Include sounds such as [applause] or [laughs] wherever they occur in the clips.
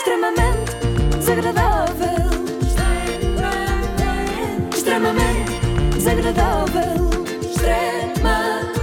extremamente desagradável. Extremamente desagradável. Extremamente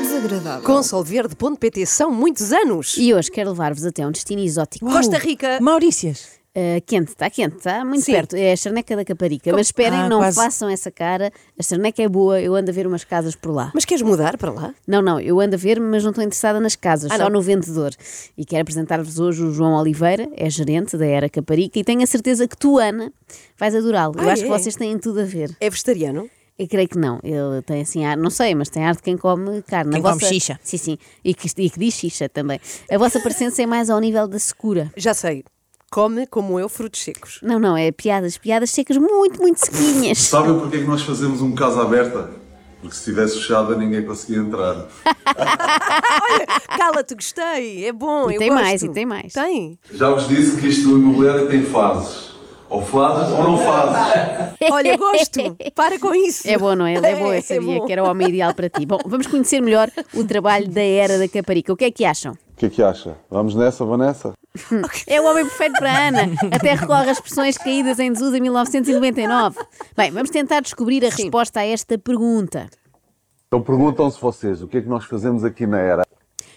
desagradável. Com solverde.pt são muitos anos. E hoje quero levar-vos até um destino exótico. Uau. Costa Rica. Maurícias. Ah, quente, está quente, está muito Sim. perto. É a Charneca da Caparica. Mas esperem, Ah, não quase. façam essa cara. A Charneca é boa, eu ando a ver umas casas por lá. Mas queres mudar para lá? Não, não, eu ando a ver, mas não estou interessada nas casas, só não. no vendedor. E quero apresentar-vos hoje o João Oliveira, é gerente da Era Caparica e tenho a certeza que tu, Ana, vais adorá-lo. eu Ah, acho que é? vocês têm tudo a ver. É vegetariano? Eu creio que não. Ele tem assim ar, não sei, mas tem ar de quem come carne. Quem A vossa- come xixa. Sim, sim. E que, e que diz xixa também. A vossa presença é mais ao nível da secura. Já sei. Come como eu frutos secos. Não, não, é piadas, piadas secas muito, muito sequinhas. Sabem porque é que nós fazemos um casa aberta? Porque se estivesse fechada ninguém conseguia entrar. Cala-te, gostei. É bom. E eu tem gosto. mais, e tem mais. Tem. Já vos disse que isto do imobiliário tem fases. Ou fazes ou não fazes. Olha, gosto. Para com isso. É bom, não é? Ele é [laughs] bom, eu sabia bom. que era o homem ideal para ti. Bom, vamos conhecer melhor o trabalho da Era da Caparica. O que é que acham? O que é que acha? Vamos nessa, Vanessa? É o homem perfeito para a Ana. Até recorre às expressões caídas em desuso em 1999. Bem, vamos tentar descobrir a resposta a esta pergunta. Então perguntam-se vocês, o que é que nós fazemos aqui na era?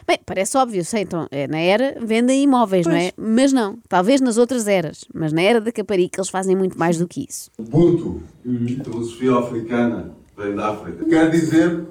Bem, parece óbvio, sei, então, é, na era vendem imóveis, não é? Mas não, talvez nas outras eras, mas na era da Caparica eles fazem muito mais do que isso. Ubuntu, filosofia africana, vem da África. Quer dizer,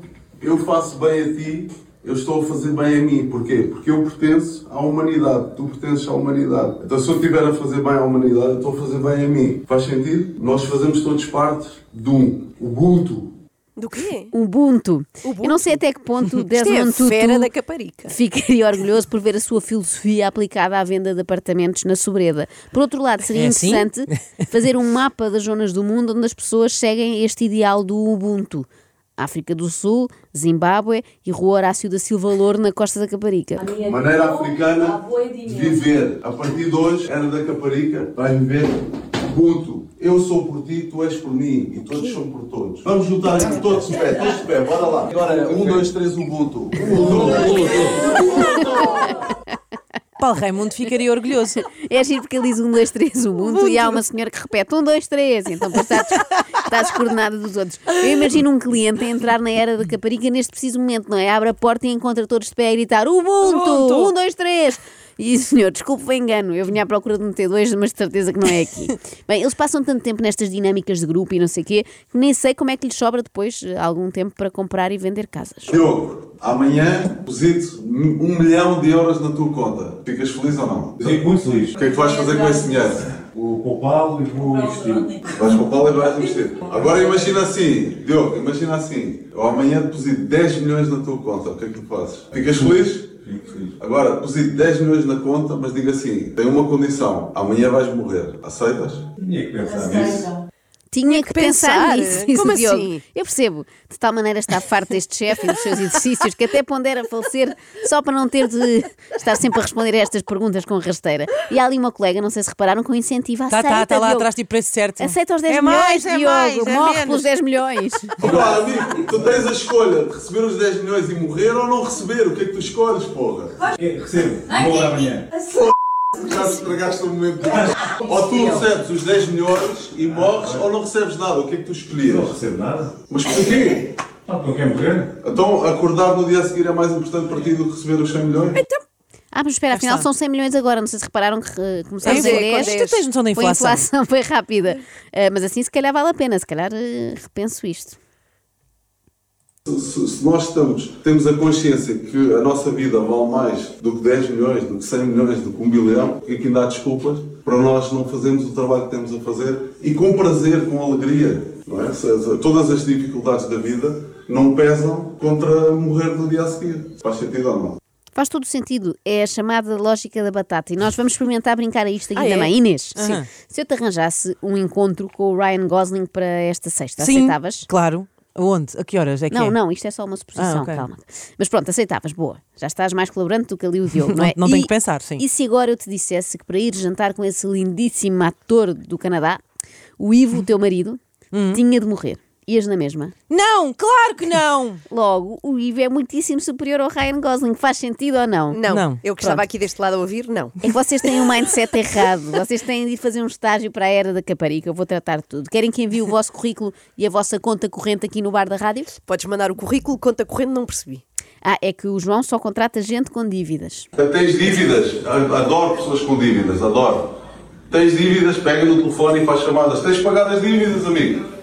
eu faço bem a ti, eu estou a fazer bem a mim. Porquê? Porque eu pertenço à humanidade, tu pertences à humanidade. Então se eu estiver a fazer bem à humanidade, eu estou a fazer bem a mim. Faz sentido? Nós fazemos todos parte de um Ubuntu. Do quê? Ubuntu. Ubuntu. Eu não sei até que [laughs] ponto Isto é a Desmond Tutu fera da Caparica. ficaria orgulhoso por ver a sua filosofia aplicada à venda de apartamentos na Sobreda. Por outro lado, seria É assim? interessante fazer um mapa das zonas do mundo onde as pessoas seguem este ideal do Ubuntu. África do Sul, Zimbábue e Rua Horácio da Silva Louro na Costa da Caparica. Maneira africana de viver. A partir de hoje, era da Caparica, vai viver Ubuntu. Eu sou por ti, tu és por mim e todos são por todos. Vamos juntar aqui todos de pé, todos de pé, bora lá. Agora, um, dois, três, Ubuntu. Paulo Raimundo ficaria orgulhoso. [laughs] [laughs] É giro porque ele diz um, dois, três, o mundo, e há uma senhora que repete um, dois, três, então depois está, des- está descoordenada dos outros. Eu imagino um cliente a entrar na era da Caparica neste preciso momento, não é? Abre a porta e encontra todos de pé a gritar Ubuntu, Ubuntu. um, dois, três. E senhor, desculpe o engano, eu vinha à procura de meter dois, mas de certeza que não é aqui. Bem, eles passam tanto tempo nestas dinâmicas de grupo e não sei o quê, que nem sei como é que lhes sobra depois eh, algum tempo para comprar e vender casas. Diogo, amanhã deposito um milhão de euros na tua conta. Ficas feliz ou não? Fico muito feliz. O que é que vais fazer com esse dinheiro? Vou poupá-lo e vou investir. Vais para o Paulo e vais investir. Agora imagina assim, Diogo, imagina assim. Eu amanhã deposito 10 milhões na tua conta. O que é que tu fazes? Ficas feliz? Fico feliz. Agora, deposito 10 milhões na conta, mas diga assim: tem uma condição, amanhã vais morrer. Aceitas? Tinha que pensar nisso. Tinha que, pensar, pensar. nisso. disse Como o Diogo. assim? Eu percebo. De tal maneira está farto deste chefe e dos seus exercícios que até pondera falecer só para não ter de estar sempre a responder a estas perguntas com rasteira. E há ali uma colega, não sei se repararam, com incentivo. Tá, Aceita, tá, tá lá Diogo. atrás de preço certo. Aceita os 10 É milhões, mais, é Diogo. mais, é Morre menos. pelos 10 [laughs] milhões. Agora, amigo, tu tens a escolha de receber os 10 milhões e morrer ou não receber. O que é que tu escolhes, porra? É, Recebo. Vou lá amanhã. Já um estragaste o momento. [laughs] Ou tu recebes os 10 milhões e morres, ou não recebes nada. O que é que tu Não escolhias? recebo nada. Mas porquê? Ah, porque não quer morrer? Então, acordar no dia a seguir é mais importante para ti do que receber os 100 milhões? Ah, mas espera, afinal está. são 100 milhões agora. Não sei se repararam que eh, começaram É, com é, com 10. 10. Tu tens noção da Foi a inflação? inflação, [laughs] foi rápida. Eh, mas assim, se calhar vale a pena. Se calhar eh, repenso isto. Se, se nós estamos, temos a consciência que a nossa vida vale mais do que 10 milhões, do que 100 milhões, do que 1 bilhão, e que ainda há desculpas para nós não fazermos o trabalho que temos a fazer e com prazer, com alegria. Não é? Se- se- Todas as dificuldades da vida não pesam contra morrer no dia a seguir. Faz sentido ou não? Faz todo o sentido. É a chamada lógica da batata. E nós vamos experimentar brincar a isto aqui Ah, é? também. Inês, Aham. se eu te arranjasse um encontro com o Ryan Gosling para esta sexta, Sim, aceitavas? claro. Aonde? A que horas é que Não, é? não, isto é só uma suposição, Ah, ok. calma. Mas pronto, aceitavas, boa. Já estás mais colaborante do que ali o Diogo, não é? Não- não tenho que pensar, sim. E se agora eu te dissesse que para ir jantar com Hum. esse lindíssimo ator do Canadá, o Ivo, o teu marido, tinha de morrer. Ias na mesma. Não, claro que não! Logo, o Ivo é muitíssimo superior ao Ryan Gosling. Faz sentido ou não? Não, Não. eu Pronto. que estava aqui deste lado a ouvir, não. É que vocês têm um mindset errado. Vocês têm de ir fazer um estágio para a era da Caparica. Eu vou tratar de tudo. Querem que envie o vosso currículo e a vossa conta corrente aqui no bar da rádio? Podes mandar o currículo, conta correndo, não percebi. Ah, é que o João só contrata gente com dívidas. Tens dívidas? A- Adoro pessoas com dívidas, adoro. Tens dívidas, pega no telefone e faz chamadas. Tens pagado as dívidas, amigo?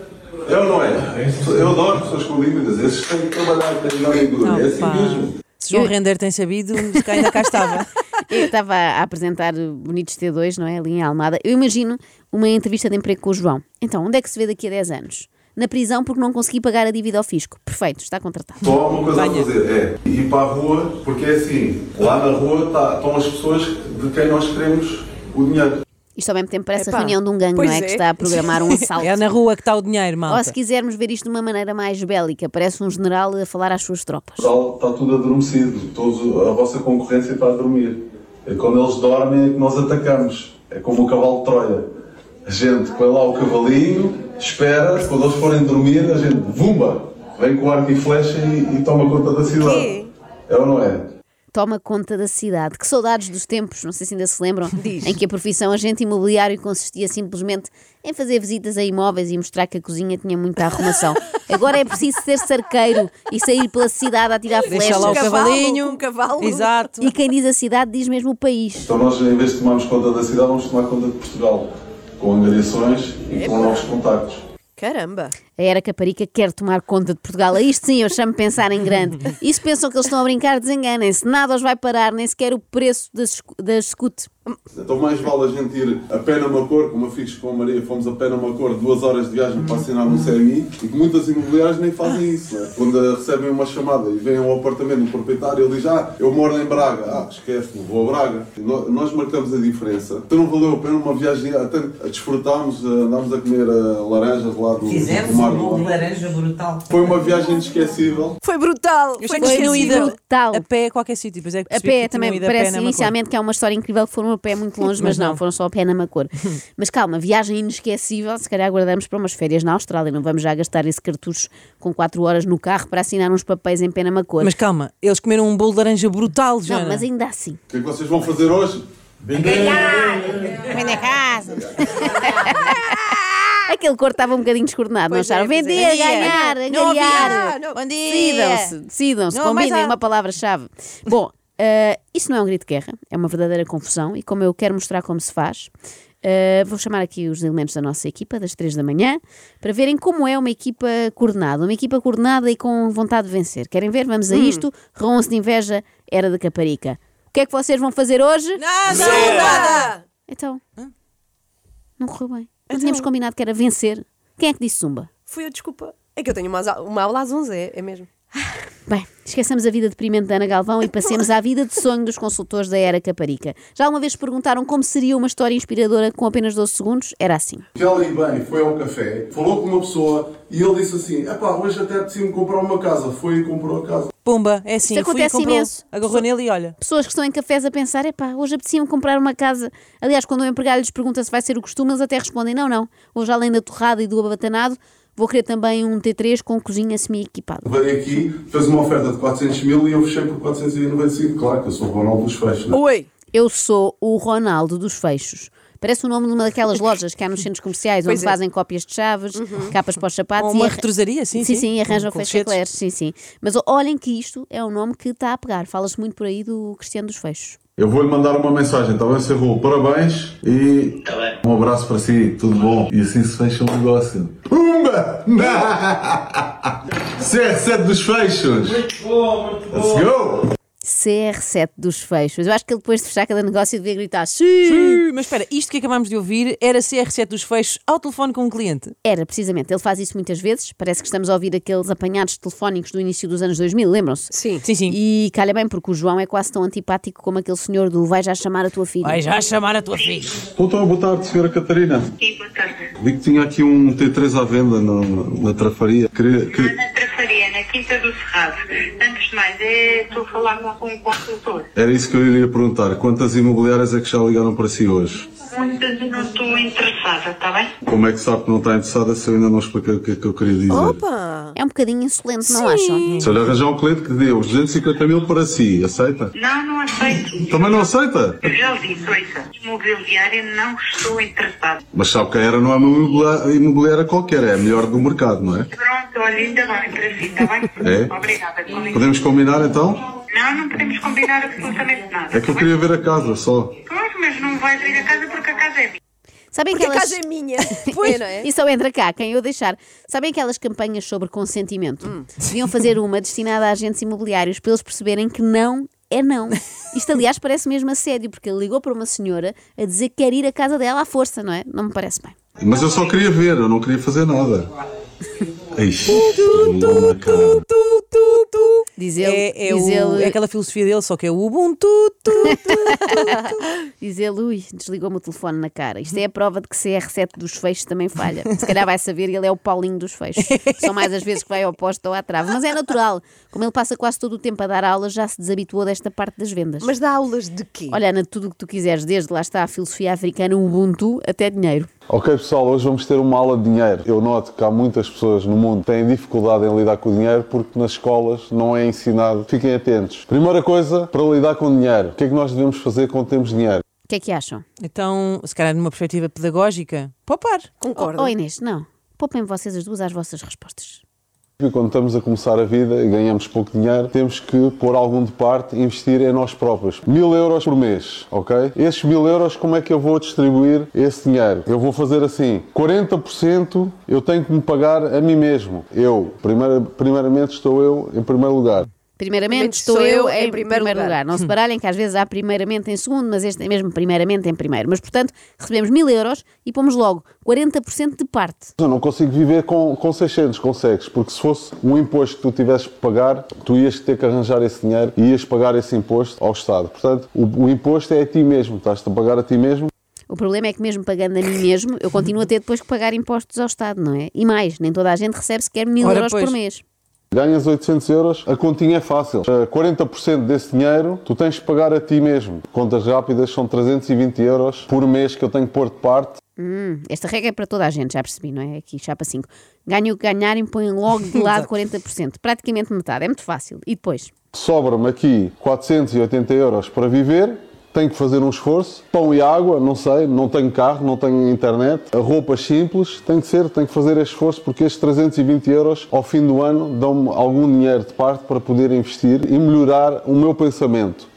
Eu não é? Eu adoro pessoas com dívidas. Esses têm que trabalhar, têm que dar Não, enduro. É assim pá. mesmo. Se João Render tem sabido, se cá ainda [laughs] cá estava. Eu estava a apresentar Bonitos T2, não é? Ali em Almada. Eu imagino uma entrevista de emprego com o João. Então, onde é que se vê daqui a 10 anos? Na prisão porque não consegui pagar a dívida ao fisco. Perfeito, está contratado. Só há uma coisa Venha. a fazer, é ir para a rua, porque é assim, lá na rua tá- estão as pessoas de quem nós queremos o dinheiro. Isto ao mesmo tempo parece Epá, a reunião de um gangue, não pois é? é. Que está a programar um assalto. É na rua que está o dinheiro, Ou malta. se quisermos ver isto de uma maneira mais bélica, parece um general a falar às suas tropas. Está, está tudo adormecido, todo, a vossa concorrência está a dormir. É quando eles dormem é que nós atacamos. É como o cavalo de Troia. A gente põe lá o cavalinho, espera, quando eles forem dormir, a gente vumba, vem com arco e flecha e, e toma conta da cidade. Quê? É ou não é? Toma conta da cidade. Que saudades dos tempos, não sei se ainda se [laughs] lembram, em que a profissão agente imobiliário consistia simplesmente em fazer visitas a imóveis e mostrar que a cozinha tinha muita [laughs] arrumação. Agora é preciso ser sarqueiro e sair pela cidade a tirar Deixa flechas. lá o É um Cavalo, cavalinho. com cavalo. Exato. E quem diz a cidade diz mesmo o país. Então nós, em vez de tomarmos conta da cidade, vamos tomar conta de Portugal, com angariações e com novos contactos. Caramba. A era caparica quer tomar conta de Portugal. A isto sim, eu chamo pensar em grande. E se pensam que eles estão a brincar, desenganem-se. Nada os vai parar, nem sequer o preço das, escu- das scoot. Então mais vale a gente ir a pé numa cor, como eu fiz com a Maria, fomos a pé numa cor, duas horas de viagem para assinar um CMI, e que muitas imobiliárias nem fazem isso. né? Quando eh, recebem uma chamada e vêm ao apartamento do proprietário, ele diz, ah, eu moro em Braga. Ah, esquece, não vou a Braga. E no- Nós marcamos a diferença. Então não valeu a pena uma viagem, até desfrutámos, eh, andámos a comer eh, laranjas lá do, do Fizemos mar. um bolo de laranja brutal. Foi uma viagem inesquecível. Foi brutal. Eu Foi achei que tinham ido inesquecível. brutal. a pé a qualquer sítio. Depois é que A percebi pé que tinham também ido a pé parece na Macor. inicialmente que é uma história incrível que foram a pé muito longe, mas, Mas não, não. foram só a pé na [laughs] Macor. mas calma, viagem inesquecível, se calhar guardamos para umas férias na Austrália, não vamos já gastar esse cartucho com 4 horas no carro para assinar uns papéis em pé na Macor. Mas calma, eles comeram um bolo de laranja brutal, Joana. não, mas ainda assim. O que é que vocês vão fazer hoje? Vende a casa! Aquele cor estava um bocadinho descoordenado, Pois não acharam? é, pois é. Vender, ganhar, Não havia, angariar. não. Bom dia. Decidam-se, decidam-se, É. Não, combinem mas há- uma palavra-chave. Bom, eh, isso não é um grito de guerra, é uma verdadeira confusão e como eu quero mostrar como se faz, eh, vou chamar aqui os elementos da nossa equipa das 3 da manhã para verem como é uma equipa coordenada, uma equipa coordenada e com vontade de vencer. Querem ver? Vamos a Hum. isto. Ronce de inveja era da Caparica. O que é que vocês vão fazer hoje? Nada. Então, não correu bem. Então. Não tínhamos combinado que era vencer. Quem é que disse zumba? Fui eu, desculpa. É que eu tenho uma, asa- uma aula às 11, é, é mesmo. Bem, esqueçamos a vida deprimente da Ana Galvão e passemos à vida de sonho dos consultores da Era Caparica. Já uma vez perguntaram como seria uma história inspiradora com apenas 12 segundos? Era assim. Kelly Bem foi ao café, falou com uma pessoa e ele disse assim: Epá, hoje até preciso comprrar uma casa. Foi e comprou a casa. Pumba, é Isto assim. fui e acontece comprou, imenso. Agarrou nele e olha. Pessoas que estão em cafés a pensar, epá, hoje apetecia-me comprar uma casa. Aliás, quando o empregado lhes pergunta se vai ser o costume, eles até respondem, não, não. Hoje, além da torrada e do abatanado, vou querer também um T3 com cozinha semi-equipada. Veio aqui, fez uma oferta de 400 mil e eu fechei por 495. Claro que eu sou o Ronaldo dos Feixos, né? Oi. Eu sou o Ronaldo dos Fechos. Parece o nome de uma daquelas lojas que há nos centros [laughs] comerciais onde Pois é. fazem cópias de chaves, capas para os sapatos. Uhum. Ou uma e arra- retrosaria, sim, Sim, sim. sim, e arranjam Com fechas colchetes. clares, sim, sim. Mas o- olhem que isto é um nome que está a pegar. Fala-se muito por aí do Cristiano dos Fechos. Eu vou-lhe mandar uma mensagem, está bem, seu Rolo? Parabéns e um abraço para si, tudo bom. E assim se fecha o negócio. Pumba! [laughs] CR7 dos Feixos! Muito bom, muito bom! Let's go! CR7 dos Fechos. Eu acho que ele depois de fechar cada negócio devia gritar "Sim!" Hum. Ih, Mas espera, isto que acabámos de ouvir era CR7 dos fechos ao telefone com um cliente. Era, precisamente. Ele faz isso muitas vezes. Parece que estamos a ouvir aqueles apanhados telefónicos do início dos anos 2000, lembram-se? Sim. Sim, sim. E calha bem, porque o João é quase tão antipático como aquele senhor do vai já chamar a tua filha. Vai já chamar a tua filha. Então, boa tarde, senhora Catarina. Sim, boa tarde. Vi que tinha aqui um T3 à venda na, na trafaria. Queria, que- Ana Trafaria, é na Quinta do Cerrado. Antes de mais, é, estou a falar com um consultor. Era isso que eu iria perguntar. Quantas imobiliárias é que já ligaram para si hoje? Ah, muito, mas eu não estou interessada, está bem? Como é que sabe que não está interessada se eu ainda não expliquei o que é que eu queria dizer? Opa! É um bocadinho insolente, não acham? Se eu lhe arranjar um cliente que dê os 250 mil para si, aceita? Não, não aceito. Também não aceita? Eu já lhe disse, ouça, imobiliária não estou interessada. Mas sabe que a era não é uma imobili- imobiliária qualquer, é a melhor do mercado, não é? Pronto, olha, ainda bem para si, está bem? É? Obrigada. com licença. Podemos combinar então? Não, não podemos combinar absolutamente nada. É que eu tá queria ver a casa só. bem? Claro, mas não vais vir a casa porque a casa é minha. Sabem Porque a aquelas... casa é minha. Pois, [laughs] [laughs] É, não é? e só entra cá quem eu deixar. Sabem aquelas campanhas sobre consentimento? Hum. Deviam fazer uma destinada a agentes imobiliários para eles perceberem que não é não. Isto, aliás, parece mesmo assédio, porque ele ligou para uma senhora a dizer que quer ir à casa dela à força, não é? Não me parece bem. Mas eu só queria ver, eu não queria fazer nada. Ixi, na cara. Tu, tu, tu. Diz ele, É, é, diz, o- ele, é aquela filosofia dele, só que é o Ubuntu. Tu, [laughs] diz ele, ui, desligou-me o telefone na cara. Isto é a prova de que CR7 dos feixes também falha. Se calhar vai saber, ele é o Paulinho dos feixes. São mais as vezes que vai ao posto ou à trave. Mas é natural. Como ele passa quase todo o tempo a dar aulas, já se desabituou desta parte das vendas. Mas dá aulas de quê? Olha, Ana, tudo o que tu quiseres, desde lá está a filosofia africana, o Ubuntu, até dinheiro. Ok pessoal, hoje vamos ter uma aula de dinheiro. Eu noto que há muitas pessoas no mundo que têm dificuldade em lidar com o dinheiro porque nas escolas não é ensinado. Fiquem atentos. Primeira coisa, para lidar com o dinheiro. O que é que nós devemos fazer quando temos dinheiro? O que é que acham? [laughs] Então, se calhar numa perspectiva pedagógica, poupar. Concordo. Oh, Inês, não. Poupem vocês as duas às vossas respostas. E Quando estamos a começar a vida e ganhamos pouco dinheiro, temos que pôr algum de parte e investir em nós próprios. Mil euros por mês, ok? Esses mil euros, como é que eu vou distribuir esse dinheiro? Eu vou fazer assim: 40% eu tenho que me pagar a mim mesmo. Eu, primeira- primeiramente, estou eu em primeiro lugar. Primeiramente, Primeiramente estou sou eu eu em, em primeiro lugar. Não se baralhem que às vezes há primeiramente em segundo, mas este é mesmo primeiramente em primeiro. Mas, portanto, recebemos mil euros e pomos logo 40% de parte. Eu não consigo viver com, com 600, consegues, porque se fosse um imposto que tu tivesses que pagar, tu ias ter que arranjar esse dinheiro e ias pagar esse imposto ao Estado. Portanto, o, o imposto é a ti mesmo, estás-te a pagar a ti mesmo. O problema é que mesmo pagando a mim mesmo, eu continuo a ter depois que pagar impostos ao Estado, não é? E mais, nem toda a gente recebe sequer mil Ora, euros por pois. mês. Ganhas 800 euros, a continha é fácil. Eh, 40% desse dinheiro tu tens que pagar a ti mesmo. Contas rápidas são 320 euros por mês que eu tenho que pôr de parte. Hum, esta regra é para toda a gente, já percebi, não é? Aqui, chapa 5. Ganho o que ganharem, põem logo de lado 40%. Praticamente metade, é muito fácil. E depois? Sobra-me aqui 480 euros para viver. Tenho que fazer um esforço. Pão e água, não sei, não tenho carro, não tenho internet. Roupas simples, tem que ser, tenho que fazer esse esforço porque estes 320 euros ao fim do ano dão-me algum dinheiro de parte para poder investir e melhorar o meu pensamento.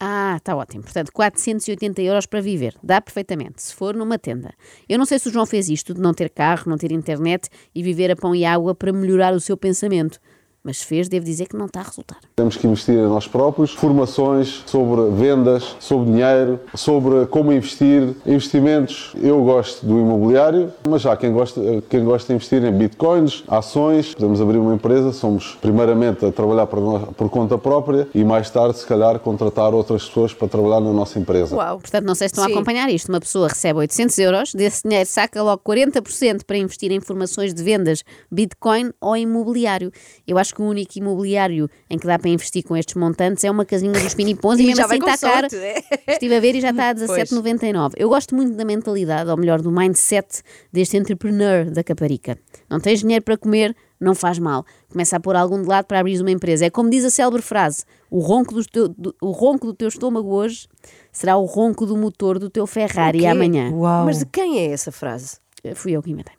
Ah, está ótimo. Portanto, 480 euros para viver. Dá perfeitamente, se for numa tenda. Eu não sei se o João fez isto de não ter carro, não ter internet e viver a pão e água para melhorar o seu pensamento. Mas fez, devo dizer que não está a resultar. Temos que investir em nós próprios, formações sobre vendas, sobre dinheiro, sobre como investir, investimentos. Eu gosto do imobiliário, mas há quem gosta, quem gosta de investir em bitcoins, ações. Podemos abrir uma empresa, somos primeiramente a trabalhar por, nós- por conta própria e mais tarde, se calhar, contratar outras pessoas para trabalhar na nossa empresa. Uau. Portanto, não sei se estão a Sim. acompanhar isto. Uma pessoa recebe 800 euros, desse dinheiro saca logo 40% para investir em formações de vendas, Bitcoin ou imobiliário. Eu acho que o único imobiliário em que dá para investir com estes montantes é uma casinha dos pinipons e, E mesmo já assim vai com está caro. sorte, é? Estive a ver e já está a 17,99. Eu gosto muito da mentalidade, ou melhor, do mindset deste entrepreneur da Caparica. Não tens dinheiro para comer, não faz mal. Começa a pôr algum de lado para abrir uma empresa. É como diz a célebre frase: o ronco do teu, do- o ronco do teu estômago hoje será o ronco do motor do teu Ferrari quê? amanhã. Uau. Mas de quem é essa frase? Fui eu que inventei.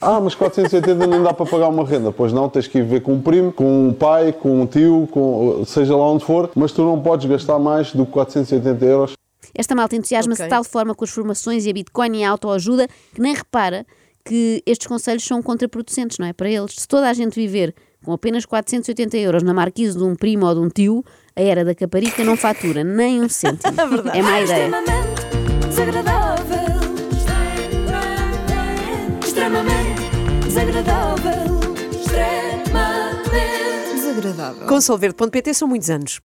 Ah, mas 480 não dá para pagar uma renda. Pois não, tens que ir viver com um primo, com um pai, com um tio, com, seja lá onde for, mas tu não podes gastar mais do que 480 euros Esta malta entusiasma-se Ok. de tal forma com as formações e a Bitcoin e a autoajuda que nem repara que estes conselhos são contraproducentes, não é? Para eles, se toda a gente viver com apenas 480 euros na marquise de um primo ou de um tio, a era da caparica não fatura nem um [laughs] cêntimo. é má ideia. Extremamente desagradável. Extremamente desagradável. Extremamente desagradável. Consolverde.pt são muitos anos.